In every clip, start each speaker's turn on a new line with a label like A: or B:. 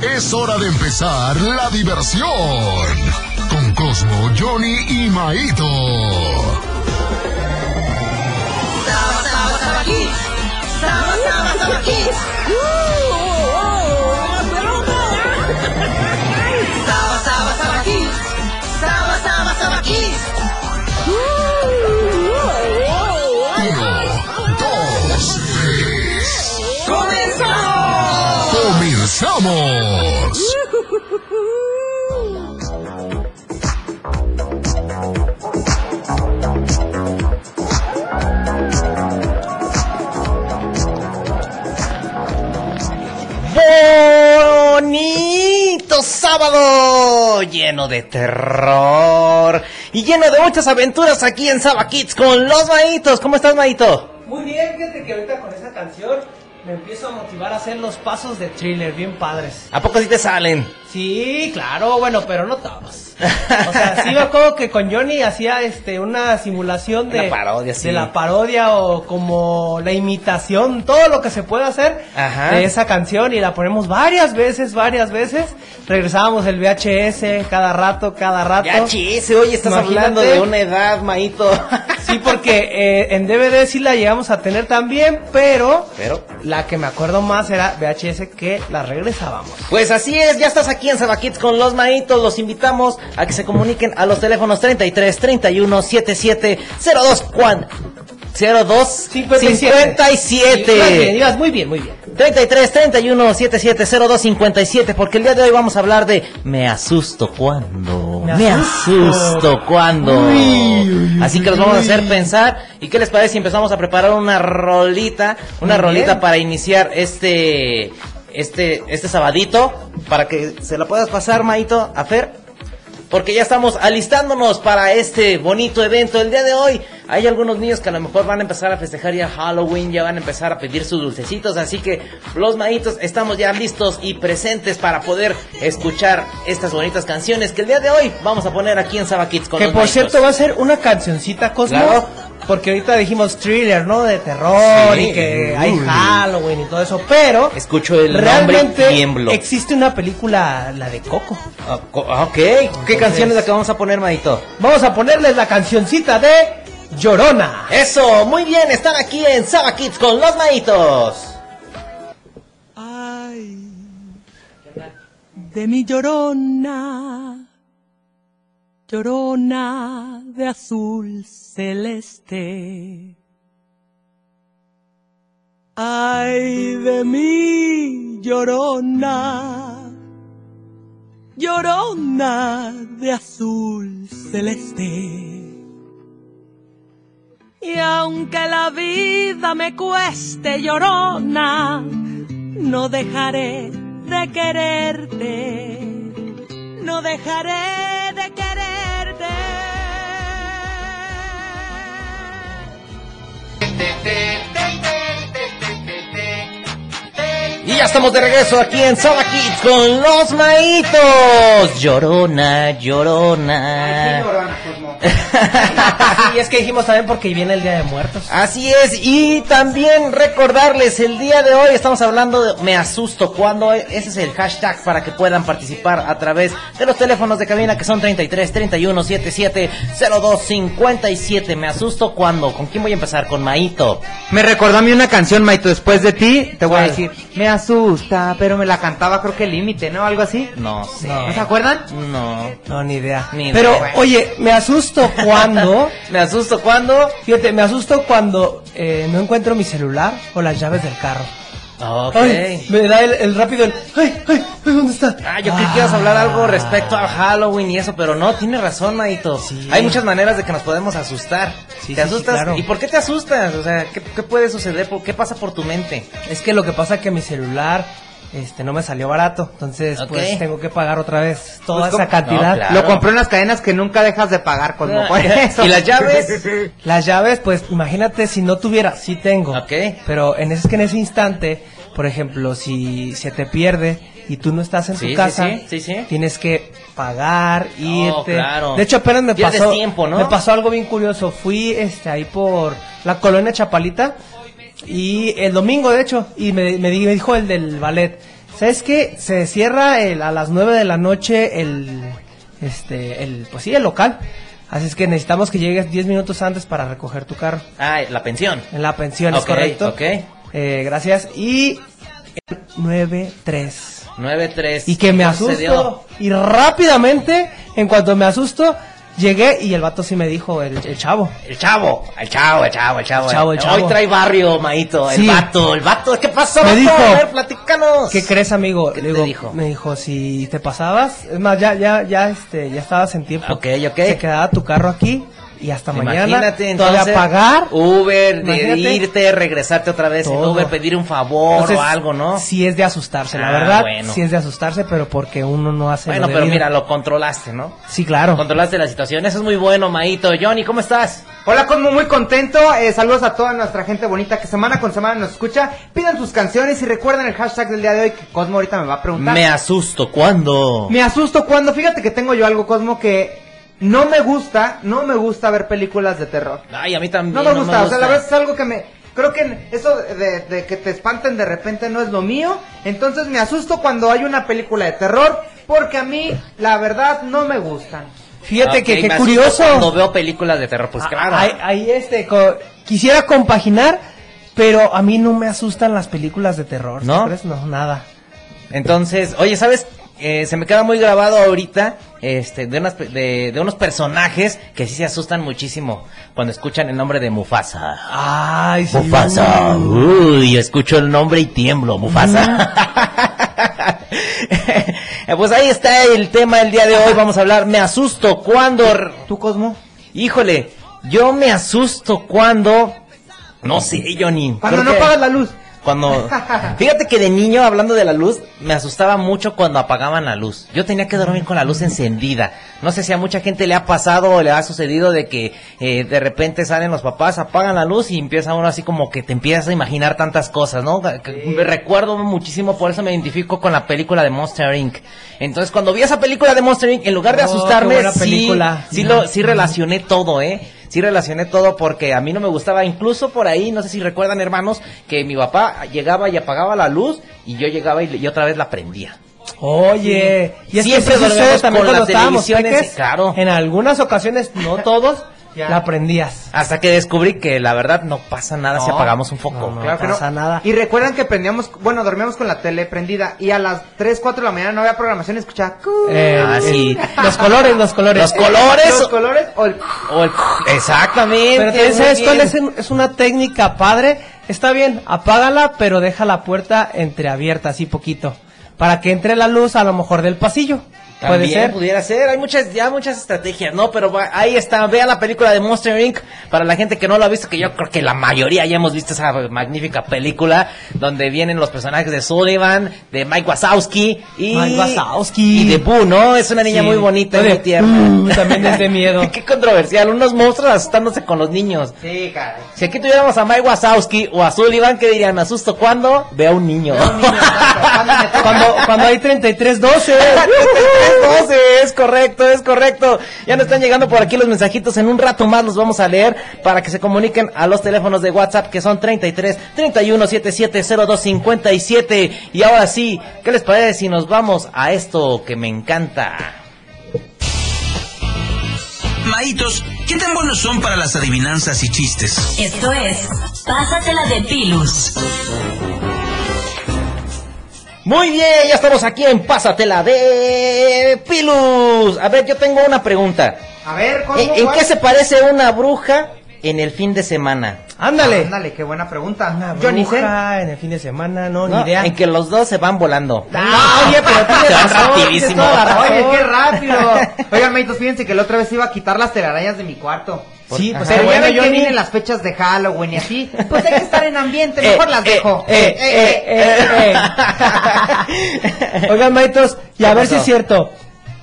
A: Es hora de empezar la diversión con Cosmo, Johnny y Maito.
B: Saba, saba, saba kids. Saba, saba, saba kids. Saba, saba, saba kids. Saba, saba, saba kids.
A: 1, 2, 3.
B: ¡Comenzamos!
A: ¡Comenzamos!
C: Bonito sábado, lleno de terror y lleno de muchas aventuras aquí en Saba Kids con los maitos. ¿Cómo estás, maito?
D: Muy bien, fíjate que ahorita con esa canción me empiezo a motivar a hacer los pasos de thriller bien padres.
C: ¿A poco sí te salen?
D: Sí, claro, bueno, pero no todos. O sea, sí me acuerdo que con Johnny hacía este una simulación de,
C: Una parodia, sí.
D: de la parodia o como la imitación, todo lo que se puede hacer
C: Ajá.
D: de esa canción y la ponemos varias veces, varias veces. Regresábamos el VHS cada rato, cada rato.
C: Ya chise, oye, estás
D: Imagínate.
C: hablando de una edad, maito.
D: Sí, porque eh, en DVD sí la llegamos a tener también, pero,
C: Pero.
D: la que me acuerdo más era VHS que la regresábamos.
C: Pues así es, ya estás aquí en Saba Kids con los maitos. Los invitamos a que se comuniquen a los teléfonos 33 31 77 02 Juan 02
D: Sí, ibas bien, ibas muy bien, muy bien.
C: 33 31 77 02 57 porque el día de hoy vamos a hablar de me asusto cuando me,
D: Me
C: asusto,
D: asusto.
C: cuando
D: Uy, uy,
C: así que los vamos a hacer pensar y qué les parece si empezamos a preparar una rolita una
D: Muy
C: rolita
D: bien.
C: para iniciar este este este sabadito para que se la puedas pasar maito a Fer porque ya estamos alistándonos para este bonito evento. El día de hoy hay algunos niños que a lo mejor van a empezar a festejar ya Halloween, ya van a empezar a pedir sus dulcecitos. Así que los maitos estamos ya listos y presentes para poder escuchar estas bonitas canciones que el día de hoy vamos a poner aquí en Saba Kids con
D: que
C: los
D: por
C: maitos.
D: cierto va a ser una cancioncita Cosmo,
C: Claro.
D: porque ahorita dijimos thriller, ¿no? De terror
C: Sí.
D: y que hay
C: Uy.
D: Halloween y todo eso, pero
C: Escucho el nombre
D: realmente
C: y tiemblo.
D: existe una película, la de Coco.
C: Ah, co- ah, ok, ¿qué canciones la que vamos a poner, maito?
D: Vamos a ponerles la cancioncita de Llorona.
C: Eso, muy bien, están aquí en Saba Kids con los maitos.
E: Ay, de mi llorona, llorona de azul celeste. Ay, de mi llorona, llorona de azul celeste. Y aunque la vida me cueste llorona, no dejaré de quererte. No dejaré de quererte.
C: Y ya estamos de regreso aquí en Saba Kids con los maitos. Llorona, llorona.
D: y Ah, es que dijimos también porque viene el Día de Muertos.
C: Así es, y también recordarles, el día de hoy estamos hablando de Me asusto cuando, ese es el hashtag para que puedan participar a través de los teléfonos de cabina que son 33 31 77 02 57. Me asusto cuando, ¿con quién voy a empezar? Con Maito.
F: Me recordó a mí una canción, Maito, después de ti, te voy a
C: ¿Cuál?
F: decir, me asusta, pero me la cantaba creo que Límite, ¿no? Algo así.
C: No sé.
F: ¿No se acuerdan?
C: No.
D: No, ni idea.
C: Ni idea.
D: Pero, oye, me asusto cuando.
C: Me asusto cuando.
D: Fíjate, me asusto cuando eh, no encuentro mi celular o las llaves del carro.
C: Ok.
D: Ay, me da el, el rápido el. ¡Ay, ay, ay, dónde está!
C: Ah, yo creo que ibas a hablar algo respecto a Halloween y eso, pero no, tienes razón, Maito.
D: Sí.
C: Hay muchas maneras de que nos podemos asustar.
D: Ah. Sí, sí, sí,
C: ¿Te asustas?
D: claro.
C: ¿Y por qué te asustas? O sea, ¿qué, qué puede suceder? ¿Por- ¿Qué pasa por tu mente?
D: Es que lo que pasa es que mi celular. Este, no me salió barato, entonces
C: Ok.
D: pues tengo que pagar otra vez toda
F: Pues, ¿cómo?
D: esa cantidad.
C: No, Claro. Ah.
F: Lo compré en las cadenas que nunca dejas de pagar, Cosmo, por eso.
C: ¿Y las llaves?
D: Las llaves, pues imagínate si no tuviera, sí tengo.
C: Ok.
D: Pero en ese, es que en ese instante, por ejemplo, si se te pierde y tú no estás en
C: Sí, sí,
D: tu casa,
C: sí, sí, sí.
D: tienes que pagar, irte.
C: claro.
D: De hecho, apenas me
C: Pierdes
D: pasó,
C: tiempo, ¿no?
D: me pasó algo bien curioso. Fui este ahí por la colonia Chapalita y el domingo, de hecho, y me, me di- me dijo el del ballet. ¿Sabes qué? Se cierra el- a las 9 de la noche el, este, el, pues sí, el local. Así es que necesitamos que llegues 10 minutos antes para recoger tu carro.
C: Ah, la pensión.
D: En la pensión,
C: Ok,
D: es correcto.
C: ok.
D: Eh, gracias. Y el 9-3.
C: 9-3.
D: Y que me
C: Se dio.
D: asusto. Y rápidamente, en cuanto me asusto, llegué y el vato sí me dijo, el, el chavo.
C: El chavo, el chavo, el chavo, el chavo.
D: El chavo, el
C: Hoy
D: chavo.
C: trae barrio, maito. El
D: Sí.
C: vato, el vato. ¿Qué pasó,
D: Me
C: vato?
D: dijo,
C: A ver, platícanos.
D: ¿Qué crees, amigo?
C: ¿Qué
D: Le
C: te
D: digo,
C: dijo?
D: Me dijo, si te pasabas, es más, ya, ya, ya, este, ya estabas en tiempo.
C: Ok, ok.
D: Se quedaba tu carro aquí y hasta mañana.
C: Imagínate, entonces,
D: todavía pagar.
C: Uber, de
D: Imagínate.
C: irte, regresarte otra vez en
D: Todo.
C: Uber, pedir un favor
D: Entonces,
C: o algo, ¿no?
D: Sí es de asustarse, la
C: Ah,
D: verdad.
C: bueno.
D: Sí es de asustarse, pero porque uno no hace. lo
C: bueno, pero
D: debido.
C: mira, lo controlaste, ¿no?
D: Sí, claro.
C: Controlaste la situación. Eso es muy bueno, maito. Johnny, ¿cómo estás?
F: Hola Cosmo, muy contento. Eh, saludos a toda nuestra gente bonita que semana con semana nos escucha. Pidan sus canciones y recuerden el hashtag del día de hoy que Cosmo ahorita me va a preguntar.
C: Me asusto. ¿Cuándo?
F: Me asusto cuando, fíjate que tengo yo algo Cosmo que no me gusta, no me gusta ver películas de terror.
C: Ay, a mí también.
F: No me gusta, o sea, la verdad es algo que me... Creo que eso de, de que te espanten de repente no es lo mío. Entonces me asusto cuando hay una película de terror porque a mí, la verdad, no me gustan.
D: Fíjate
C: Ok,
D: que qué
C: me asusto
D: curioso. Ah,
C: Cuando veo películas de terror, pues claro.
D: Ahí, ahí, este, co- quisiera compaginar, pero a mí no me asustan las películas de terror.
C: ¿No?
D: ¿No? ¿Crees? No, nada.
C: Entonces, oye, ¿sabes? Eh, se me queda muy grabado ahorita este, de, unas pe- de, de unos personajes que sí se asustan muchísimo cuando escuchan el nombre de Mufasa.
D: Ay, sí.
C: Mufasa,
D: uy.
C: uy, escucho el nombre y tiemblo, Mufasa. Eh, pues ahí está el tema del día de hoy, vamos a hablar, me asusto cuando...
F: ¿Tú, Cosmo?
C: Híjole, yo me asusto cuando... No sé, Johnny.
F: Cuando
C: creo
F: no
C: que-
F: pagas la luz.
C: cuando. Fíjate que de niño, hablando de la luz, me asustaba mucho cuando apagaban la luz. Yo tenía que dormir con la luz encendida. No sé si a mucha gente le ha pasado o le ha sucedido de que eh, de repente salen los papás, apagan la luz y empieza uno así como que te empiezas a imaginar tantas cosas, ¿no? Que- Me recuerdo muchísimo, por eso me identifico con la película de Monster Inc. Entonces, cuando vi esa película de Monster Inc., en lugar de
D: Oh, qué
C: asustarme,
D: buena
C: sí-
D: película.
C: sí lo, sí relacioné todo, ¿eh? Sí relacioné todo porque a mí no me gustaba, incluso por ahí, no sé si recuerdan hermanos, que mi papá llegaba y apagaba la luz y yo llegaba y, le- y otra vez la prendía.
D: Oye, y es
C: Siempre
D: que eso sucede
C: dormimos
D: también
C: con
D: cuando
C: las
D: estábamos
C: televisiones,
D: peques.
C: sí, claro.
D: En algunas ocasiones, no todos,
F: Ya.
D: la prendías.
C: Hasta que descubrí que la verdad no pasa nada si apagamos un foco.
D: no,
F: Claro que no.
D: pasa nada.
F: Y recuerdan que prendíamos, bueno, dormíamos con la tele prendida y a las 3, 4 de la mañana no había programación, escuchaba... cu-
D: Eh,
C: Ah, sí.
D: Los colores, los colores.
C: Los colores.
F: Los colores o el...
C: O el- Exactamente.
D: Pero también,
C: muy
D: ¿sabes
C: bien.
D: cuál es? Es una técnica padre. Está bien, apágala, pero deja la puerta entreabierta, así poquito. Para que entre la luz, a lo mejor del pasillo. Puede
C: También
D: ser.
C: pudiera ser. Hay muchas, ya muchas estrategias, ¿no? Pero va- ahí está. Vean la película de Monster Inc. Para la gente que no lo ha visto, que yo creo que la mayoría ya hemos visto esa magnífica película donde vienen los personajes de Sullivan, de Mike Wazowski y.
D: Mike Wazowski.
C: Y de Boo, ¿no? Es una niña
D: Sí.
C: muy bonita, y
D: Oye,
C: muy tierna.
D: mm, también es de miedo.
C: Qué controversial. Unos monstruos asustándose con los niños.
F: Sí, caray.
C: Si aquí tuviéramos a Mike Wazowski o a Sullivan, ¿qué dirían? ¿Me asusto cuando? Ve a un niño.
D: Cuando, cuando hay 3312.
C: 12, es correcto, es correcto. Ya nos están llegando por aquí los mensajitos. En un rato más los vamos a leer para que se comuniquen a los teléfonos de WhatsApp que son 33 31 77 02 57. Y ahora sí, ¿qué les parece si nos vamos a esto que me encanta?
G: Maitos, ¿qué tan buenos son para las adivinanzas y chistes?
H: Esto es Pásatela de Pilus.
C: Muy bien, ya estamos aquí en Pásatela de Pilus. A ver, yo tengo una pregunta.
F: A ver, Cosmo,
C: ¿En, en
F: ¿cuál?
C: qué se parece una bruja en el fin de semana?
D: Ándale.
F: Ándale, qué buena pregunta.
D: Una
F: Yo ni sé.
C: Ah,
D: bruja en el fin de semana, no,
C: ¿No?
D: ni idea.
C: En que los dos se van volando.
D: Ah, oye, pero tienes
C: Se van
D: razón, tienes
C: rapidísimo.
D: toda la razón.
F: Oye, qué rápido. Oigan, maitos, fíjense que la otra vez iba a quitar las telarañas de mi cuarto.
D: Sí, pues
F: Pero ya
D: bueno,
F: ven que
D: Johnny.
F: vienen las fechas de Halloween y así. Pues hay que estar en ambiente,
C: Eh,
F: mejor las
C: eh,
F: dejo.
C: eh, eh, eh, eh.
D: Oigan, maitos, y a
C: ¿Qué
D: ver si
C: pasó?
D: es cierto.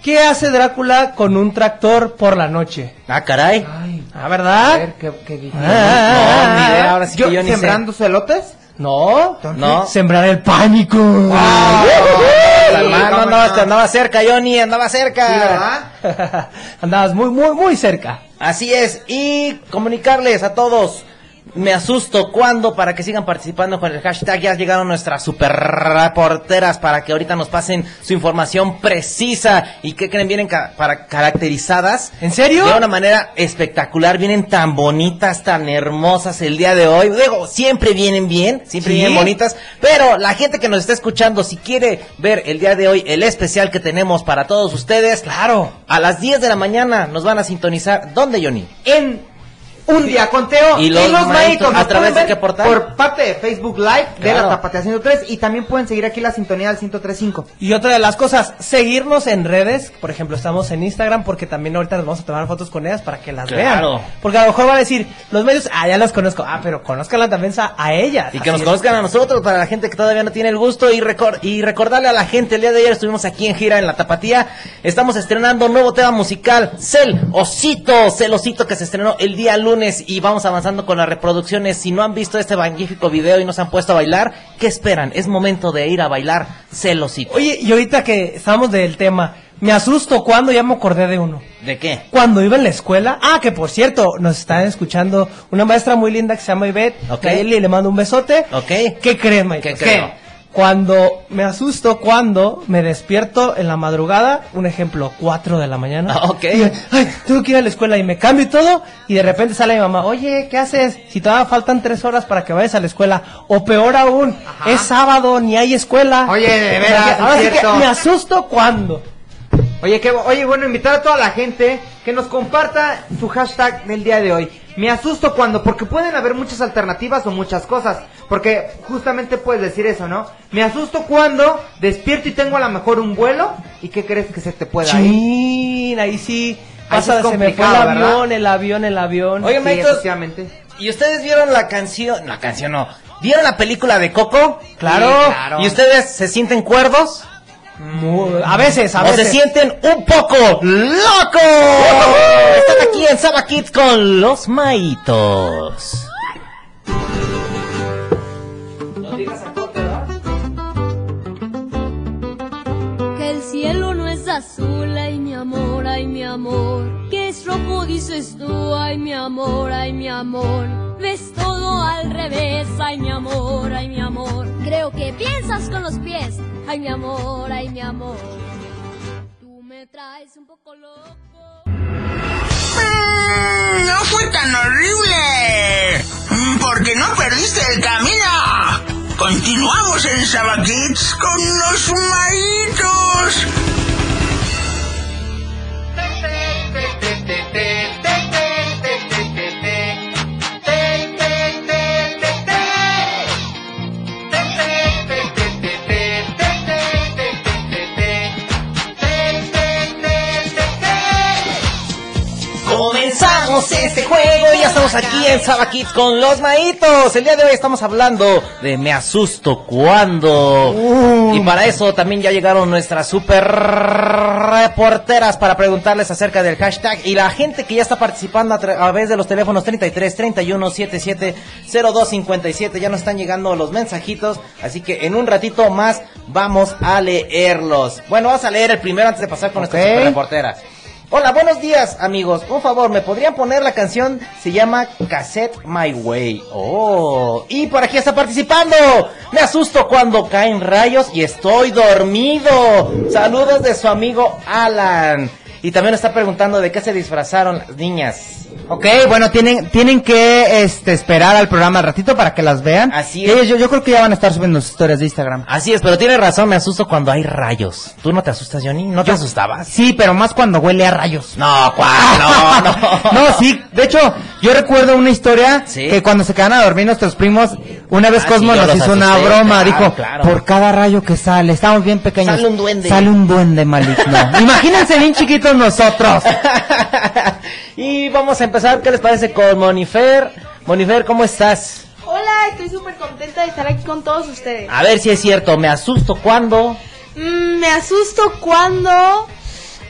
D: ¿Qué hace Drácula con un tractor por la noche?
C: Ah, caray.
F: Ay,
D: Ah,
F: a
D: ¿verdad?
C: eh.
F: ver, qué, qué dije.
D: Ah,
C: no, ni idea, ahora sí que yo ni sé.
F: ¿Sembrando celotes?
D: No,
C: No. Ah,
D: Sembrar el pánico.
C: La mano
F: cómo
C: andaba,
F: no.
C: te andaba cerca, Johnny, andaba cerca.
F: Sí, ¿verdad?
D: Andabas muy, muy, muy cerca.
C: Así es. Y comunicarles a todos Me asusto cuando para que sigan participando con el hashtag. Ya llegaron nuestras super reporteras para que ahorita nos pasen su información precisa y que creen vienen ca- para caracterizadas.
D: ¿En serio?
C: De una manera espectacular. Vienen tan bonitas, tan hermosas el día de hoy. Digo, siempre vienen bien, siempre
D: Sí.
C: vienen bonitas. Pero la gente que nos está escuchando, si quiere ver el día de hoy el especial que tenemos para todos ustedes, claro, a las 10 de la mañana nos van a sintonizar. ¿Dónde, Johnny?
F: en un día conteo
C: Y los maitos, ¿a
F: nos
C: través
F: pueden
C: de
F: ver
C: qué portal?
F: Por parte de Facebook Live de
C: Claro.
F: la Tapatía 103 y también pueden seguir aquí la sintonía del 1035.
D: Y otra de las cosas, seguirnos en redes. Por ejemplo, estamos en Instagram porque también ahorita nos vamos a tomar fotos con ellas para que las
C: Claro.
D: vean. Porque a lo mejor va a decir, los medios, ah, ya las conozco. Ah, pero conozcanlas también a, a ellas.
C: Y que
D: Así
C: nos
D: es.
C: conozcan a nosotros, para la gente que todavía no tiene el gusto. Y, recor- y recordarle a la gente, el día de ayer estuvimos aquí en gira en La Tapatía. Estamos estrenando un nuevo tema musical, Cel Osito, Cel Osito, que se estrenó el día lunes. Y vamos avanzando con las reproducciones. Si no han visto este magnífico video y no se han puesto a bailar, ¿qué esperan? Es momento de ir a bailar Cel Osito.
D: Oye, y ahorita que estábamos del tema, me asusto cuando ya me acordé de uno.
C: ¿De qué?
D: Cuando iba en la escuela, ah, que por cierto, nos están escuchando una maestra muy linda que se llama Ivette.
C: Ok.
D: Nayeli, le mando un besote.
C: Ok.
D: ¿Qué creen, Maite?
C: ¿Qué creo?
D: Cuando me asusto, cuando me despierto en la madrugada, un ejemplo, 4 de la mañana.
C: Ah, ok.
D: y, ay, tengo que ir a la escuela y me cambio y todo. Y de repente sale mi mamá, oye, ¿qué haces? Si todavía faltan 3 horas para que vayas a la escuela. O peor aún, es sábado, ni hay escuela.
F: Oye, de veras,
D: Ahora sí que- Ahora
F: es
D: sí que
F: cierto.
D: me asusto cuando.
F: Oye, qué, bo- oye, bueno, invitar a toda la gente que nos comparta su hashtag del día de hoy. Me asusto cuando, porque pueden haber muchas alternativas o muchas cosas. Porque justamente puedes decir eso, ¿no? Me asusto cuando despierto y tengo a lo mejor un vuelo. ¿Y qué crees que se te pueda ir?
D: Chin, ahí sí.
F: Ahí sí
D: Pasa,
F: es
D: se me fue el
F: complicado, ¿verdad?
D: avión, el avión, el avión.
C: Oye,
F: Sí,
C: Maitos,
F: efectivamente.
C: ¿Y ustedes vieron la canción? La canción no. ¿Vieron la película de Coco?
D: Claro.
C: Sí, claro. ¿Y ustedes se sienten cuerdos?
D: Mu- Uh, a veces, a
C: o se
D: veces.
C: sienten un poco locos. Están aquí en Saba Kids con los maitos.
I: Que el cielo no es azul, ay mi amor, ay mi amor. Que es rojo, dices tú, ay mi amor, ay mi amor. Ves todo al revés, ay mi amor, ay mi amor. Creo que piensas con los pies, ay mi amor, ay mi amor. Tú me traes un poco loco.
B: Mm, No fue tan horrible. mm, Porque no perdiste el camino. Continuamos en Sabakids con los maitos.
C: Comenzamos este juego y ya estamos aquí en Saba Kids con los maitos. El día de hoy estamos hablando de me asusto cuando. y para eso también ya llegaron nuestras super reporteras para preguntarles acerca del hashtag y la gente que ya está participando a tra- a través de los teléfonos 33 31 77 02 57. Ya nos están llegando los mensajitos, así que en un ratito más vamos a leerlos. Bueno, vamos a leer el primero antes de pasar con nuestras
D: Ok.
C: super reporteras. Hola, buenos días, amigos. Un favor, ¿me podrían poner la canción? Se llama Cassette My Way. Oh, y por aquí está participando. Me asusto cuando caen rayos y estoy dormido. Saludos de su amigo Alan. Y también está preguntando de qué se disfrazaron las niñas.
F: Ok, bueno, tienen, tienen que este, esperar al programa al ratito para que las vean.
C: Así
F: Que
C: es.
F: ellos- Yo, yo creo que ya van a estar subiendo sus historias de Instagram.
C: Así es, pero tiene razón, me asusto cuando hay rayos. ¿Tú no te asustas, Johnny? ¿No te asustabas?
F: Sí, pero más cuando huele a rayos.
C: No, ¿cuál? No, no.
F: No, sí, de hecho, yo recuerdo una historia
C: Sí.
F: que cuando se quedan a dormir nuestros primos, una vez
C: Ah,
F: Cosmo
C: sí, yo
F: nos
C: los
F: hizo una
C: asusté,
F: broma,
C: claro,
F: dijo,
C: claro.
F: por cada rayo que sale, estamos bien pequeños.
C: Sale un duende.
F: Sale un duende maligno. Imagínense bien chiquitos nosotros.
C: y vamos a empezar, ¿qué les parece con Monifer? Monifer, ¿cómo estás?
J: Hola, estoy súper contenta de estar aquí con todos ustedes.
C: A ver si es cierto, me asusto cuando.
J: Mm, me asusto cuando...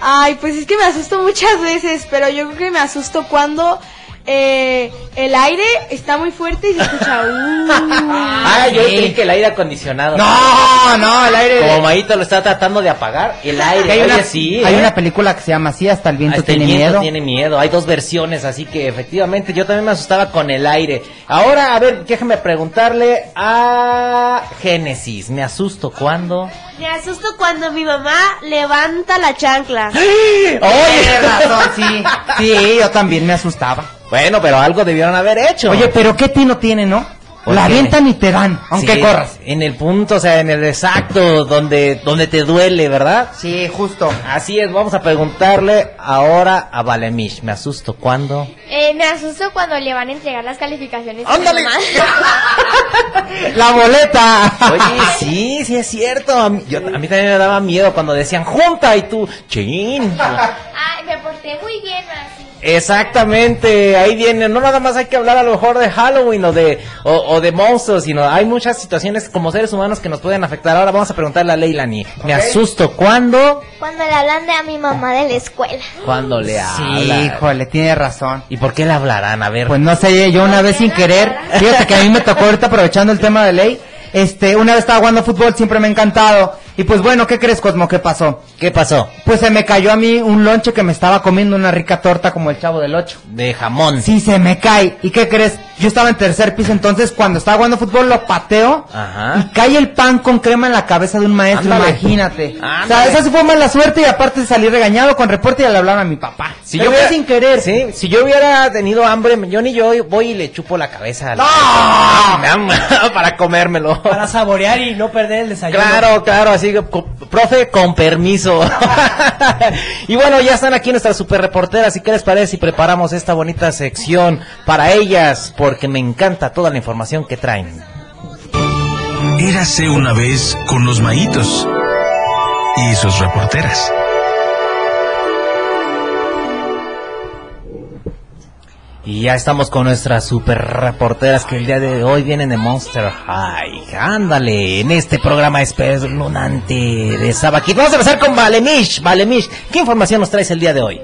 J: Ay, pues es que me asusto muchas veces, pero yo creo que me asusto cuando eh, el aire está muy fuerte y se escucha. "Uh".
C: Ah, yo creí que el aire acondicionado.
F: No, no, el aire.
C: Como Maito lo está tratando de apagar, el aire.
F: Que hay
C: Oye,
F: una,
C: sí,
F: hay
C: ¿eh?
F: una película que se llama así, hasta el viento
C: Hasta el
F: tiene
C: viento
F: miedo.
C: tiene miedo. Hay dos versiones, así que efectivamente yo también me asustaba con el aire. Ahora, a ver, déjame preguntarle a Génesis. Me asusto cuando.
J: Me asusto cuando mi mamá levanta la chancla.
F: Tienes razón, sí. Sí, yo también me asustaba.
C: Bueno, pero algo debieron haber hecho.
F: Oye, pero qué tino tiene, ¿no?
C: ¿Por
F: La
C: qué?
F: avientan y te dan, aunque
C: Sí,
F: corras.
C: En el punto, o sea, en el exacto donde, donde te duele, ¿verdad?
F: Sí, justo.
C: Así es, vamos a preguntarle ahora a Valemish. Me asusto cuando.
I: Eh, me asusto cuando le van a entregar las calificaciones.
C: a mi ¡Ándale! mamá.
F: La boleta.
C: Oye, sí, sí es cierto. A mí, yo- a mí también me daba miedo cuando decían junta y tú, chin.
I: Ay, me porté muy bien, así.
C: Exactamente, ahí viene, no nada más hay que hablar a lo mejor de Halloween o de, o, o de monstruos, sino hay muchas situaciones como seres humanos que nos pueden afectar. Ahora vamos a preguntarle a Leilani, me asusto, ¿cuándo?
I: Cuando le hablan de a mi mamá de la escuela.
C: Cuando le
F: Sí,
C: hablan.
F: híjole, tiene razón.
C: ¿Y por qué le hablarán? A ver.
F: Pues no sé, yo una vez sin querer, fíjate que a mí me tocó ahorita aprovechando el tema de ley, este, una vez estaba jugando fútbol, siempre me ha encantado. Y pues bueno, ¿qué crees, Cosmo? ¿Qué pasó?
C: ¿Qué pasó?
F: Pues se me cayó a mí un lonche que me estaba comiendo una rica torta como el chavo del ocho.
C: De jamón.
F: Sí, se me cae. ¿Y qué crees? Yo estaba en tercer piso, entonces cuando estaba jugando fútbol lo pateo
C: Ajá.
F: y cae el pan con crema en la cabeza de un maestro,
C: Ándale.
F: imagínate.
C: Ándale.
F: O sea, esa sí fue mala suerte y aparte salí regañado con reporte y le hablaron a mi papá. Pero fue
C: hubiera-
F: sin querer.
C: Sí, si yo hubiera tenido hambre, yo ni yo voy y le chupo la cabeza. al- Me am- Para comérmelo.
D: Para saborear y no perder el desayuno.
C: Claro, claro, así que, co- profe, con permiso. y bueno, ya están aquí nuestras super reporteras. ¿Y qué les parece si preparamos esta bonita sección para ellas? Porque me encanta toda la información que traen.
G: Érase una vez con los maitos y sus reporteras.
C: Y ya estamos con nuestras super reporteras que el día de hoy vienen de Monster High. Ándale, en este programa espeluznante de Sabakit. Vamos a empezar con Valemish. Valemish, ¿qué información nos traes el día de hoy?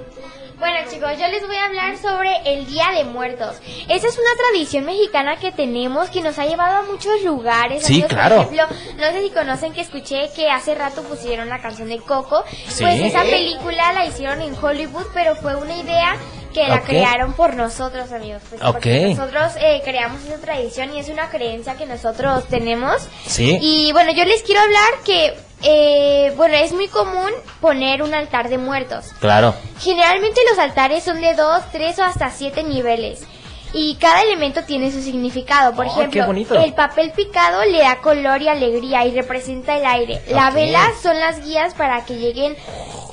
I: Bueno chicos, yo les voy a hablar sobre el Día de Muertos. Esa es una tradición mexicana que tenemos que nos ha llevado a muchos lugares.
C: Sí,
I: amigos.
C: claro.
I: Por ejemplo, no sé si conocen que escuché que hace rato pusieron la canción de Coco.
C: Sí.
I: Pues esa película la hicieron en Hollywood, pero fue una idea que la
C: Ok.
I: crearon por nosotros, amigos. Pues, porque
C: Ok.
I: Nosotros eh, creamos esa tradición y es una creencia que nosotros tenemos.
C: Sí.
I: Y bueno, yo les quiero hablar que, eh, bueno, es muy común poner un altar de muertos.
C: Claro.
I: Generalmente los altares son de 2, 3 o hasta 7 niveles. Y cada elemento tiene su significado. Por
C: Oh,
I: ejemplo,
C: qué bonito.
I: el papel picado le da color y alegría y representa el aire. La
C: Ok.
I: vela son las guías para que lleguen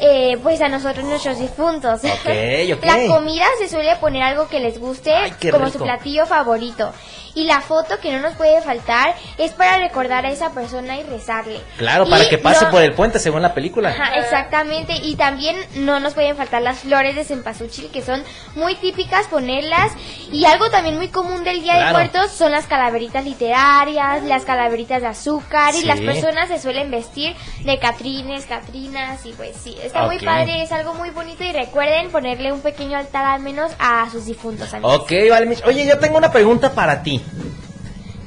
I: eh, pues a nosotros nuestros difuntos.
C: Ok, ok.
I: La comida se suele poner algo que les guste
C: Ay, qué
I: como
C: rico.
I: su platillo favorito. Y la foto que no nos puede faltar es para recordar a esa persona y rezarle.
C: Claro,
I: Y
C: para que pase
I: lo-
C: por el puente según la película.
I: Ajá, exactamente. Y también no nos pueden faltar las flores de cempasúchil, que son muy típicas ponerlas. Y algo también muy común del Día
C: Claro. Ah.
I: de Muertos son las calaveritas literarias, las calaveritas de azúcar.
C: Sí.
I: Y las personas se suelen vestir de catrines, catrinas. Y pues sí, está
C: Ok.
I: muy padre, es algo muy bonito. Y recuerden ponerle un pequeño altar al menos a sus difuntos amigos.
C: Ok, Valemish. Oye, yo tengo una pregunta para ti.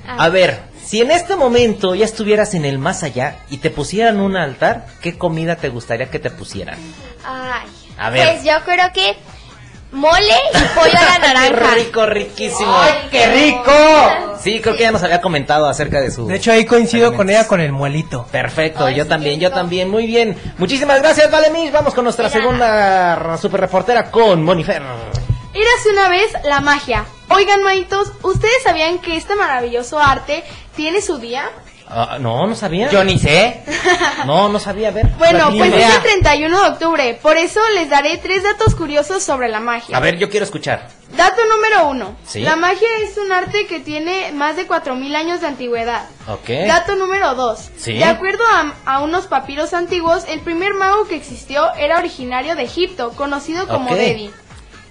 C: A ver, si en este momento ya estuvieras en el más allá y te pusieran un altar, ¿qué comida te gustaría que te pusieran?
I: Ay.
C: A ver.
I: Pues yo creo que mole y pollo a la naranja.
C: ¡Qué rico, riquísimo!
F: ¡Qué rico!
C: Sí, creo que ya nos había comentado acerca de su...
D: De hecho, ahí coincido con
C: Alimentos.
D: ella con el muelito.
C: Perfecto,
I: Ay,
C: yo
I: sí,
C: también,
I: qué
C: yo
I: rico.
C: también. Muy bien. Muchísimas gracias, Valemish. Vamos con nuestra
I: De
C: segunda super reportera con Monifer.
J: Érase una vez la magia. Oigan, maitos, ¿ustedes sabían que este maravilloso arte tiene su día?
C: Ah, no, no sabía.
F: Yo ni sé.
C: No, no sabía. A ver.
J: Bueno,
C: Ni
J: pues
C: idea.
J: es el 31 de octubre, por eso les daré tres datos curiosos sobre la magia.
C: A ver, yo quiero escuchar.
J: Dato número uno.
C: Sí.
J: La magia es un arte que tiene más de 4.000 años de antigüedad.
C: Ok.
J: Dato número 2.
C: Sí.
J: De acuerdo a, a unos papiros antiguos, el primer mago que existió era originario de Egipto, conocido como
C: Ok.
J: Devi.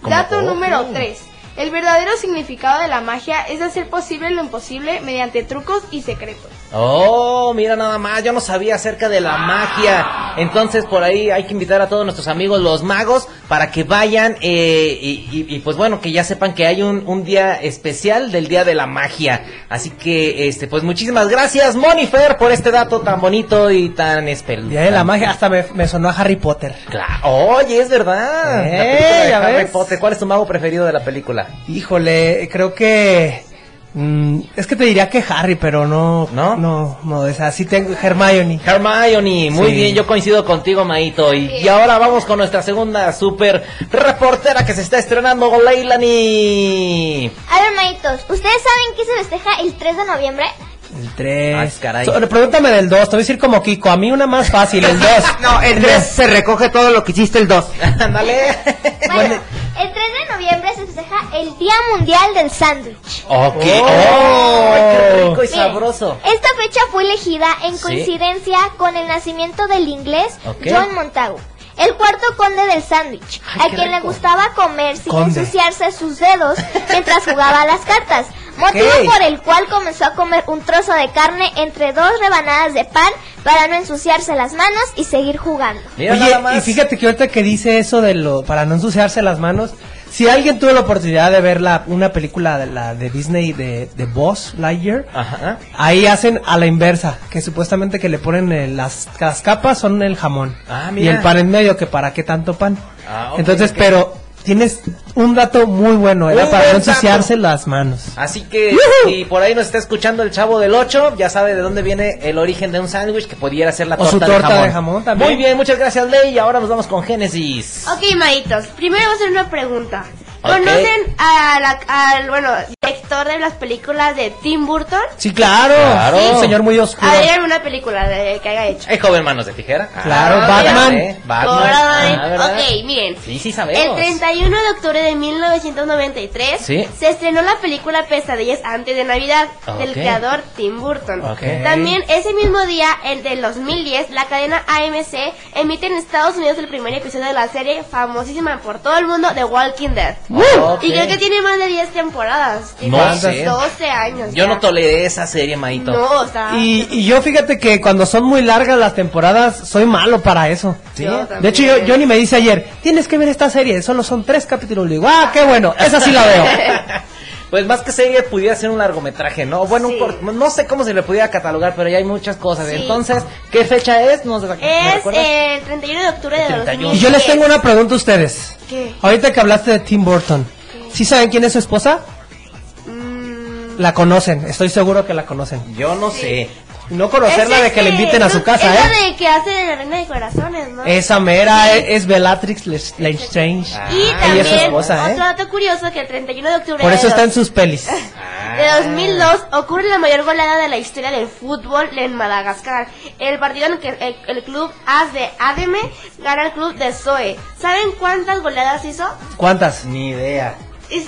C: Como-
J: Dato
C: oh.
J: número 3. El verdadero significado de la magia es hacer posible lo imposible mediante trucos y secretos.
C: Oh, mira nada más, yo no sabía acerca de la magia. Entonces por ahí hay que invitar a todos nuestros amigos los magos para que vayan eh, y, y- y, pues bueno, que ya sepan que hay un, un día especial del Día de la Magia. Así que este pues muchísimas gracias Monifer por este dato tan bonito y tan espeluznante.
D: Día de la magia, hasta me, me sonó a Harry Potter.
C: Claro. Oye, es verdad. La
D: Eh,
C: película de
D: ya
C: Harry
D: ves.
C: Potter. ¿Cuál es tu mago preferido de la película?
D: Híjole, creo que. mm, es que te diría que Harry, pero no.
C: ¿No?
D: No, no, o sea, sí tengo Hermione.
C: Hermione, muy
D: Sí.
C: bien, yo coincido contigo, Maito. Y, y ahora vamos con nuestra segunda super reportera que se está estrenando, Leilani.
K: A ver, maitos, ¿ustedes saben qué se festeja el 3 de noviembre?
D: El 3.
C: Ay, caray.
D: pregúntame del 2, te voy a decir como Kiko. A mí una más fácil, el 2.
F: No, el 3 se recoge todo lo que hiciste el 2.
C: Ándale.
K: Bueno, el 3 de noviembre se festeja el Día Mundial del Sándwich.
C: Ok.
D: Oh.
C: Ay, qué rico y
K: Miren,
C: sabroso.
K: Esta fecha fue elegida en
C: Sí.
K: coincidencia con el nacimiento del inglés
C: Ok.
K: John Montagu, el cuarto conde del sándwich,
C: Ay,
K: a
C: qué
K: quien le
C: rico.
K: gustaba comer sin
D: Conde.
K: ensuciarse sus dedos mientras jugaba a las cartas. Motivo
D: Ok.
K: por el cual comenzó a comer un trozo de carne entre dos rebanadas de pan para no ensuciarse las manos y seguir jugando.
C: Mira
D: Oye,
C: nada más.
D: y fíjate que ahorita que dice eso de lo para no ensuciarse las manos, si alguien tuvo la oportunidad de ver la, una película de la de Disney de, de Boss Lightyear,
C: Ajá.
D: ahí hacen a la inversa, que supuestamente que le ponen el- las, las capas son el jamón
C: Ah,
D: y
C: mira.
D: el pan en medio, que para qué tanto pan.
C: Ah, ok,
D: Entonces,
C: ok.
D: pero tienes un dato muy bueno, era
C: Un
D: para
C: buen
D: no ensuciarse
C: dato.
D: las manos.
C: Así que si por ahí nos está escuchando el chavo del 8, ya sabe de dónde viene el origen de un sándwich que pudiera ser la
D: O
C: torta,
D: su torta
C: de, jamón.
D: de jamón también.
C: Muy bien, muchas gracias, Ley. Y ahora nos vamos con Génesis.
L: Ok, maitos, primero vamos a hacer una pregunta.
C: Ok.
L: ¿Conocen a la- al, bueno, director de las películas de Tim Burton?
D: Sí, claro.
C: Claro.
D: Sí, un señor muy oscuro.
L: ¿Hay alguna película de, que haya hecho?
C: ¿Hay joven manos de tijera?
D: Claro,
C: Ah,
D: Batman.
C: ¿eh? Batman.
L: Coraline.
C: Ah, ¿verdad?
L: ok, miren.
C: Sí, sí
L: El
C: sabemos.
L: 31 de octubre de 1993
C: Sí.
L: se estrenó la película Pesadillas antes de Navidad del
C: Ok.
L: creador Tim Burton.
C: Ok.
L: También ese mismo día, el del 2010, la cadena AMC emite en Estados Unidos el primer episodio de la serie famosísima por todo el mundo de Walking Dead.
C: Ok.
L: Y creo que tiene más de 10 temporadas. Tiene
C: No sé.
L: 12 años.
C: Yo
L: ya.
C: no toleré esa serie, Maito.
L: No, o sea,
D: Y, y yo fíjate que cuando son muy largas las temporadas, soy malo para eso.
L: Sí. Yo también.
D: De hecho, yo, Johnny me dice ayer, tienes que ver esta serie, solo son tres capítulos. Le digo, ah, qué bueno, esa sí la veo.
C: Pues más que serie pudiera ser un largometraje, ¿no? Bueno, un
L: Sí.
C: cort- no sé cómo se le pudiera catalogar, pero ya hay muchas cosas.
L: Sí.
C: Entonces, ¿qué fecha es? ¿Nos ¿me
L: es
C: recuerdas?
L: el 31 de octubre de
C: 31.
D: y
L: 2010.
D: yo les tengo una pregunta a ustedes.
L: ¿Qué?
D: Ahorita que hablaste de Tim Burton, ¿sí saben quién es su esposa?
L: Mm,
D: La conocen, estoy seguro que la conocen.
C: Yo no sé.
D: No conocerla
L: es
D: de que la
L: este,
D: inviten a su
L: no,
D: casa,
L: es
D: ¿eh?
L: la de que hace de la reina de corazones, ¿no?
D: Esa mera e- es Bellatrix Lest- Lestrange.
L: Y
C: Ah,
D: ella
L: también
D: es su esposa, ¿eh?
L: otro dato curioso que el 31 de octubre
D: Por eso
L: de,
D: está en
L: dos-
D: sus pelis.
L: de 2002 ocurre la mayor goleada de la historia del fútbol en Madagascar. El partido en el que el, el club AS de ADM gana el club de Zoe. ¿Saben cuántas goleadas hizo?
D: ¿Cuántas?
C: Ni idea.
L: Es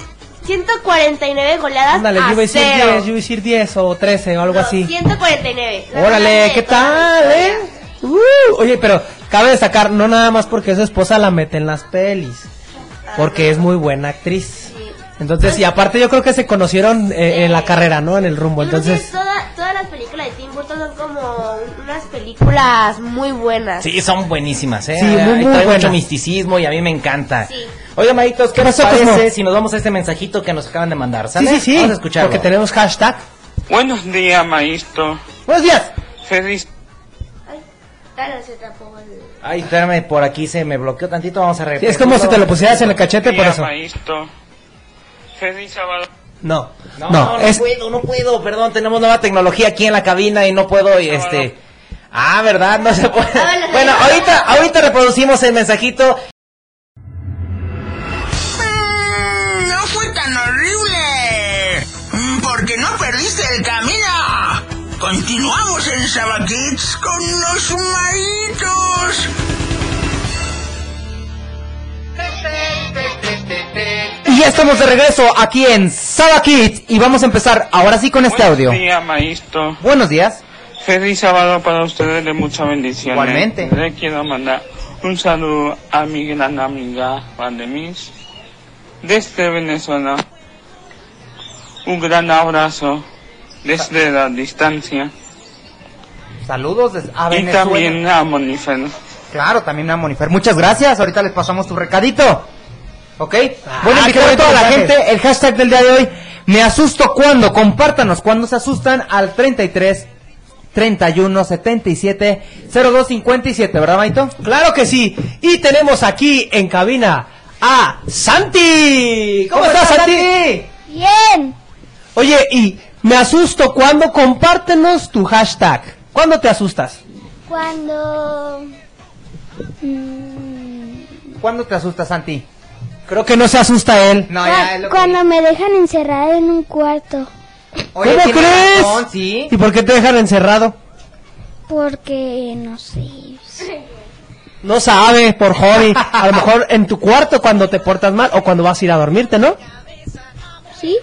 L: 149 goleadas
D: Ándale,
L: a
D: yo iba a decir
L: cero.
D: 10, yo iba a decir 10 o 13 o algo
L: No,
D: así.
L: 149. La más
D: Órale,
L: grande
D: ¿qué
L: de toda la
D: tal,
L: historia.
D: eh? Uh, oye, pero cabe destacar, no nada más porque su esposa la mete en las pelis, porque es muy buena actriz. Entonces, y aparte yo creo que se conocieron eh, en la carrera, ¿no? En el rumbo,
L: Yo creo que
D: entonces...
L: toda- todas las películas de Tim Burton son como unas películas muy buenas.
C: Sí, son buenísimas, ¿eh?
D: Sí, muy,
C: Ahí
D: muy
C: trae mucho
D: buenas.
C: misticismo y a mí me encanta.
L: Sí.
C: Oiga, Maitos, ¿qué
D: ¿Qué
C: nos
D: pasó, Cosmo?
C: parece si nos vamos a este mensajito que nos acaban de mandar?
D: Sí,
C: ¿sale?
D: sí, sí,
C: Vamos a escucharlo.
D: porque tenemos hashtag.
M: Buenos días, maestro.
D: Buenos días.
M: Feliz.
L: Ay, claro, se tapó el-
C: Ay, espérame, por aquí se me bloqueó tantito, vamos a
D: Sí,
C: repetir.
D: es como si te lo pusieras en el cachete por
M: día,
D: eso.
M: maestro. Feliz sábado.
D: No,
C: No, no,
D: no, es...
C: puedo, no puedo, perdón, tenemos nueva tecnología aquí en la cabina y no puedo, y, este... Ah, ¿verdad? No se puede.
L: Hola.
C: Bueno, ahorita, ahorita reproducimos el mensajito.
B: Mm, No fue tan horrible. mm, Porque no perdiste el camino. Continuamos en Sabaquets con los maritos.
F: Y ya estamos de regreso aquí en Saba Kids y vamos a empezar ahora sí con este audio.
M: Buenos días, maestro.
F: Buenos días.
M: Feliz sábado para ustedes de muchas bendiciones.
F: Igualmente.
M: Le quiero mandar un saludo a mi gran amiga Vandemis desde Venezuela. Un gran abrazo desde la distancia.
F: Saludos des- a
M: Y
F: Venezuela.
M: también a Monifer.
F: Claro, también a Monifer. Muchas gracias. Ahorita les pasamos tu recadito. ¿Ok? bueno,
D: Ah,
F: invitar
D: qué
F: a
D: bonito
F: toda la
D: mensaje.
F: gente. El hashtag del día de hoy. Me asusto cuando. Compártanos cuando se asustan al 33 31 77 02 57. ¿Verdad, Maito?
D: Claro que sí. Y tenemos aquí en cabina a Santi. ¿Cómo, estás, Santi?
K: Bien.
D: Oye, y me asusto cuando compártenos tu hashtag. ¿Cuándo te asustas?
K: Cuando...
F: ¿Cuándo te asustas, Santi?
D: Creo que no se asusta él.
F: No, ya, es lo que-
K: Cuando me dejan encerrada en un cuarto.
F: Oye,
D: ¿Cómo
F: tiene
D: crees?
F: razón, sí.
D: ¿Y por qué te dejan encerrado?
K: Porque no sé.
D: No sabe, por hobby. A lo mejor en tu cuarto cuando te portas mal o cuando vas a ir a dormirte, ¿no?
K: Sí.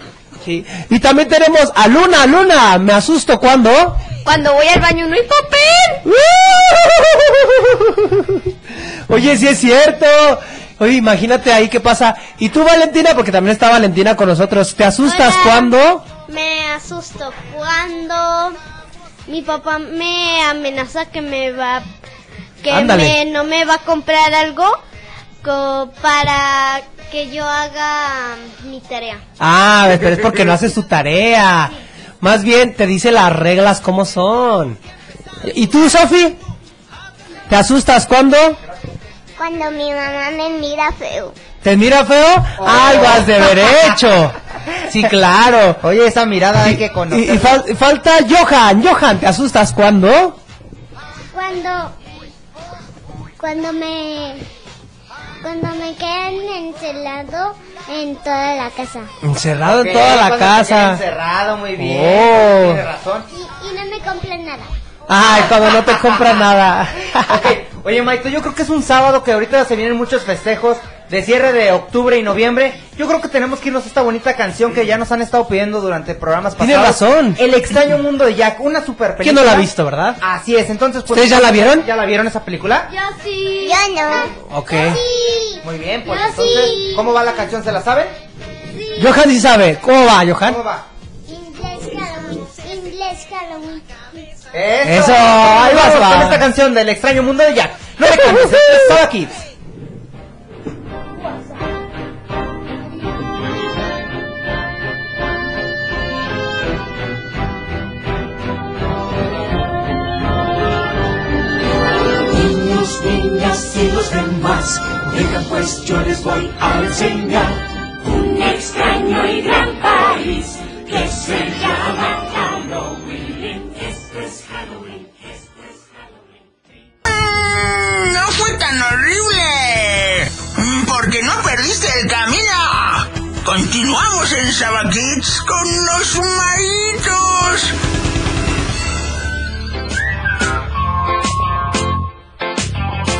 D: Sí. Y también tenemos a Luna, Luna. Me asusto cuando.
L: Cuando voy al baño no hay papel.
D: Oye, sí es cierto. Oye, imagínate ahí qué pasa. Y tú, Valentina, porque también está Valentina con nosotros. ¿Te asustas
K: Hola.
D: cuando?
K: Me asusto cuando mi papá me amenaza que me va que
D: Ándale.
K: me- no me va a comprar algo co- para que yo haga mi tarea.
D: Ah, pero es porque no haces tu tarea. Más bien te dice las reglas como son. ¿Y tú, Sofi? ¿Te asustas cuando?
K: Cuando mi mamá me mira feo.
D: ¿Te mira feo? ¡Ay, vas de derecho! Sí, claro.
F: Oye, esa mirada hay que
D: Y,
F: conocer.
D: y fal- falta Johan. Johan, ¿te asustas cuando?
K: Cuando cuando me cuando me quedan encelado en toda la casa.
D: Encerrado
F: Ok,
D: en toda la
F: cuando se queda
D: casa.
F: Encerrado, muy bien.
D: Oh.
F: Tiene razón.
K: Y, y no me compran nada.
D: Ay, cuando no te compra nada.
F: Oye, Maito, yo creo que es un sábado que ahorita se vienen muchos festejos de cierre de octubre y noviembre. Yo creo que tenemos que irnos a esta bonita canción que ya nos han estado pidiendo durante programas
D: Tiene
F: pasados.
D: razón.
F: El extraño mundo de Jack, una super película.
D: ¿Quién no la ha visto, verdad?
F: Así es, entonces pues...
D: ¿Ustedes ya la vieron?
F: ¿Ya la vieron esa película?
K: Yo sí. Yo no.
D: Ok.
K: Sí.
F: Muy bien, pues
I: Ah,
K: Yo
F: entonces,
K: sí.
F: ¿cómo va la canción? ¿Se la saben?
D: Johan sí sabe. ¿Cómo va, Johan?
F: ¿Cómo va?
K: Inglés Halloween, inglés Halloween.
F: Eso,
D: Eso, ahí vas,
F: Vamos
D: va.
F: con esta canción del extraño mundo de Jack. No te cambies, esto es Soda Kids.
N: Niños, niñas y los demás, vengan pues yo les voy a enseñar un extraño y gran país que se llama Halloween. Esto es Halloween, esto es
B: Mm, No fue tan horrible. Mm, Porque no perdiste el camino. Continuamos en Sabaquits con los maritos.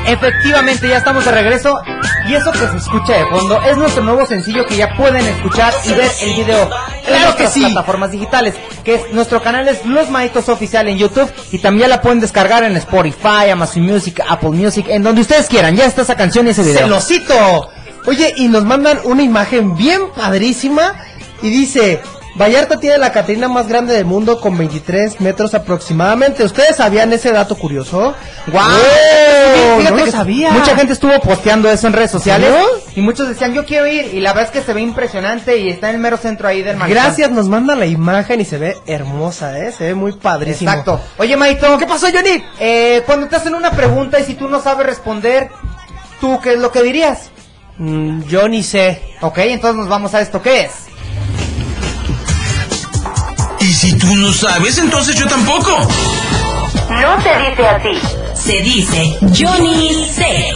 F: Efectivamente, ya estamos de regreso. Y eso que se escucha de fondo es nuestro nuevo sencillo que ya pueden escuchar y ver el video en
D: Claro que
F: nuestras
D: sí.
F: plataformas digitales. Que es, nuestro canal es Los Maitos Oficial en YouTube. Y también la pueden descargar en Spotify, Amazon Music, Apple Music, en donde ustedes quieran. Ya está esa canción y ese video.
D: ¡Celosito! Oye, y nos mandan una imagen bien padrísima y dice, Vallarta tiene la Catrina más grande del mundo con 23 metros aproximadamente. ¿Ustedes sabían ese dato curioso?
F: ¡Guau!
D: ¡Wow!
F: Fíjate
D: no lo
F: que
D: sabía.
F: Mucha gente estuvo posteando eso en redes sociales.
D: ¿No?
F: Y muchos decían, yo quiero ir. Y la verdad es que se ve impresionante y está en el mero centro ahí del malecón.
D: Gracias, nos manda la imagen y se ve hermosa, ¿eh? Se ve muy padrísimo.
F: Exacto. Oye, Maito.
D: ¿Qué pasó, Johnny?
F: Eh, cuando te hacen una pregunta y si tú no sabes responder, ¿tú qué es lo que dirías?
D: Mm, yo ni sé.
F: Ok, entonces nos vamos a esto. ¿Qué es?
G: Y si tú no sabes, entonces yo tampoco.
H: No se dice así. Se dice Johnny C.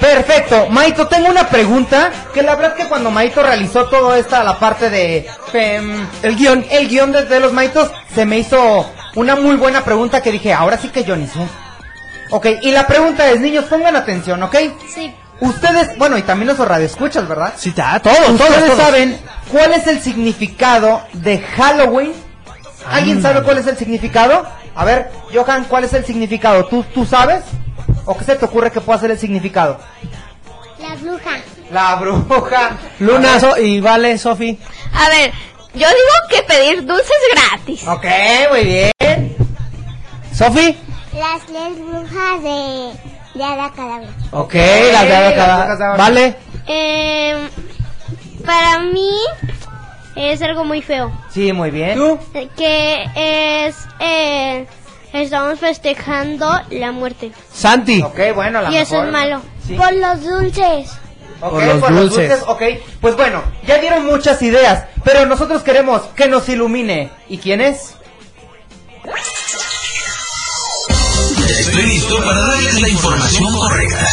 F: Perfecto. Maito, tengo una pregunta que la verdad es que cuando Maito realizó toda esta, la parte de... em, el guión. El guión de, de los Maitos se me hizo una muy buena pregunta que dije, ahora sí que yo ni sé. Ok, y la pregunta es, niños, pongan atención, ¿ok?
K: Sí.
F: Ustedes, bueno, y también los radioescuchas, ¿verdad?
D: Sí, está, todos, todos,
F: ¿Ustedes
D: todos.
F: saben cuál es el significado
D: Ah,
F: de Halloween? ¿Alguien sabe cuál es el significado? A ver, Johan, ¿cuál es el significado? ¿Tú, tú sabes? ¿O qué se te ocurre que pueda ser el significado?
K: La bruja.
F: La bruja.
D: Luna so- y Vale, Sofi.
L: A ver, yo digo que pedir dulces gratis.
F: Ok, muy bien.
D: ¿Sofi?
O: Las tres brujas de, de Cadabra.
D: Ok, las de Ada Cadabra. ¿Vale?
O: Eh, para mí es algo muy feo.
F: Sí, muy bien. ¿Tú?
O: Que es. eh, estamos festejando la muerte.
D: Santi.
F: Ok, bueno, la
O: y eso
F: mejor.
O: es malo.
F: Sí.
O: Por los dulces.
F: Ok,
D: Por los
F: por los
D: dulces.
F: dulces, ok. Pues bueno, ya dieron muchas ideas, pero nosotros queremos que nos ilumine. ¿Y quién es?
G: Estoy listo para darles la información correcta.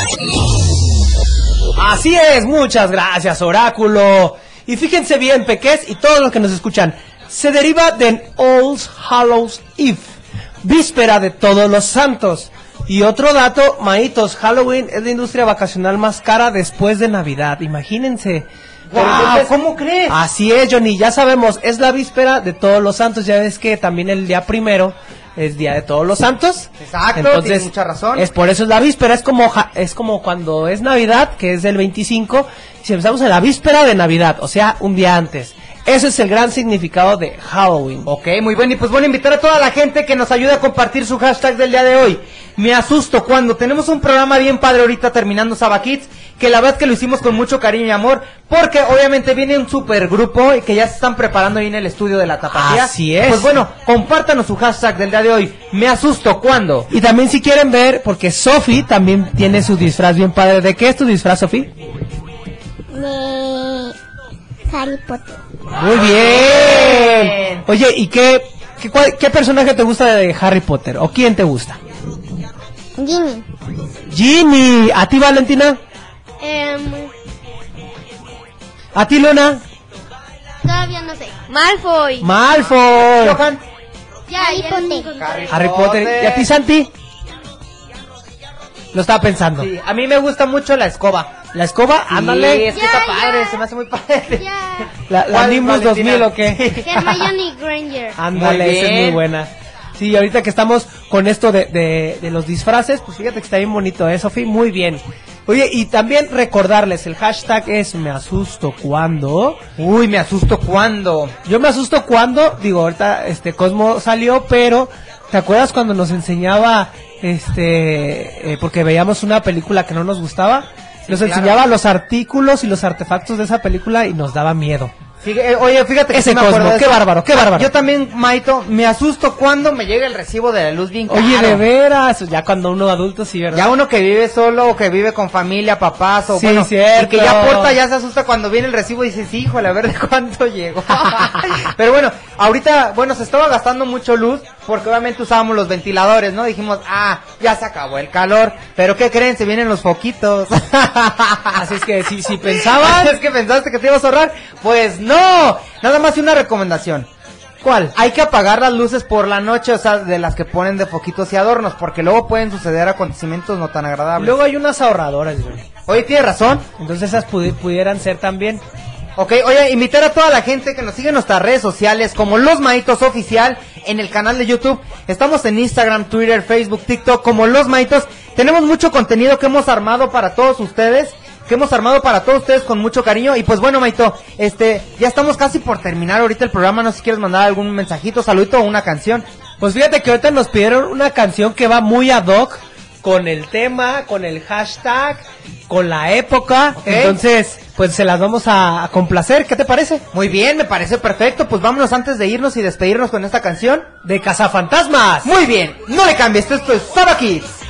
D: Así es, muchas gracias, oráculo. Y fíjense bien, peques y todos los que nos escuchan, se deriva de All Hallows Eve, víspera de todos los santos. Y otro dato, maitos, Halloween es la industria vacacional más cara después de Navidad, imagínense.
F: Wow,
D: Entonces,
F: ¿Cómo crees?
D: Así es, Johnny, ya sabemos, es la víspera de todos los santos, ya ves que también el día primero es día de todos los santos.
F: Exacto, tienes mucha razón.
D: Es por eso es la víspera, es como ja- es como cuando es Navidad, que es el 25, si empezamos en la víspera de Navidad, o sea, un día antes. Ese es el gran significado de Halloween.
F: Ok, muy bien. Y pues bueno, invitar a toda la gente que nos ayude a compartir su hashtag del día de hoy. Me asusto cuando tenemos un programa bien padre ahorita terminando Saba Kids, que la verdad es que lo hicimos con mucho cariño y amor, porque obviamente viene un supergrupo y que ya se están preparando ahí en el estudio de la tapatía.
D: Así es.
F: Pues bueno, compártanos su hashtag del día de hoy. Me asusto cuando.
D: Y también si quieren ver, porque Sofi también tiene su disfraz bien padre. ¿De qué es tu disfraz, Sofi?
O: De Harry Potter.
D: Muy bien. Oye, ¿y qué, qué, cuál- qué personaje te gusta de Harry Potter? ¿O quién te gusta?
O: Ginny.
D: Jimmy. ¿A ti, Valentina?
O: Em,
D: ¿A ti, Luna?
O: todavía no sé. Malfoy.
D: Malfoy.
O: ya, Harry Potter.
D: Harry Potter. ¿Y a ti, Santi? Lo estaba pensando.
F: Sí, a mí me gusta mucho la escoba.
D: La escoba,
F: Sí,
D: ándale.
F: es que está padre, se me hace muy padre.
D: La, la
F: ¿Cuál,
D: Nimbus
F: Valentina?
D: 2000 o qué.
O: Hermione Granger.
D: Ándale,
F: Muy
D: esa es
F: bien.
D: muy buena. Sí, ahorita que estamos con esto de, de- de los disfraces, pues fíjate que está bien bonito, ¿eh, Sofi? Muy bien. Oye, y también recordarles, el hashtag es me asusto cuando.
F: Uy, me asusto cuando.
D: Yo me asusto cuando, digo, ahorita este Cosmo salió, pero ¿te acuerdas cuando nos enseñaba este eh, porque veíamos una película que no nos gustaba? nos
F: claro.
D: enseñaba los artículos y los artefactos de esa película y nos daba miedo.
F: Fíjate, eh, oye, fíjate que
D: Ese
F: sí me acuerdo
D: Cosmo,
F: de
D: qué
F: eso. Ah,
D: bárbaro, qué bárbaro.
F: Yo también, Maito, me asusto cuando me llega el recibo de la luz bien
D: Oye,
F: caro.
D: de veras, ya cuando uno adulto sí, ¿verdad?
F: Ya uno que vive solo o que vive con familia, papás o
D: Sí,
F: bueno,
D: cierto.
F: y que ya aporta ya se asusta cuando viene el recibo y dices, híjole, a ver de cuánto llegó. Pero bueno, ahorita, bueno, se estaba gastando mucho luz porque obviamente usábamos los ventiladores, ¿no? Dijimos, ah, ya se acabó el calor. Pero ¿qué creen? Se vienen los foquitos.
D: Así es que si, si pensaban,
F: ¿Es que pensaste que te ibas a ahorrar? Pues no. Nada más una recomendación.
D: ¿cuál?
F: Hay que apagar las luces por la noche, o sea, de las que ponen de foquitos y adornos, porque luego pueden suceder acontecimientos no tan agradables.
D: Luego hay unas ahorradoras, güey.
F: Oye, tiene razón.
D: Entonces esas pudi- pudieran ser también.
F: Ok, oye, invitar a toda la gente que nos sigue en nuestras redes sociales, como Los Maitos Oficial, en el canal de YouTube. Estamos en Instagram, Twitter, Facebook, TikTok, como Los Maitos. Tenemos mucho contenido que hemos armado para todos ustedes, que hemos armado para todos ustedes con mucho cariño. Y pues bueno, Maito, este, ya estamos casi por terminar ahorita el programa. No sé si quieres mandar algún mensajito, saludito o una canción.
D: Pues fíjate que ahorita nos pidieron una canción que va muy ad hoc con el tema, con el hashtag, con la época.
F: Ok.
D: Entonces, pues se las vamos a, a complacer. ¿Qué te parece?
F: Muy bien, me parece perfecto. Pues vámonos antes de irnos y despedirnos con esta canción.
D: De Cazafantasmas.
F: Muy bien, no le cambies, esto es Saba Kids.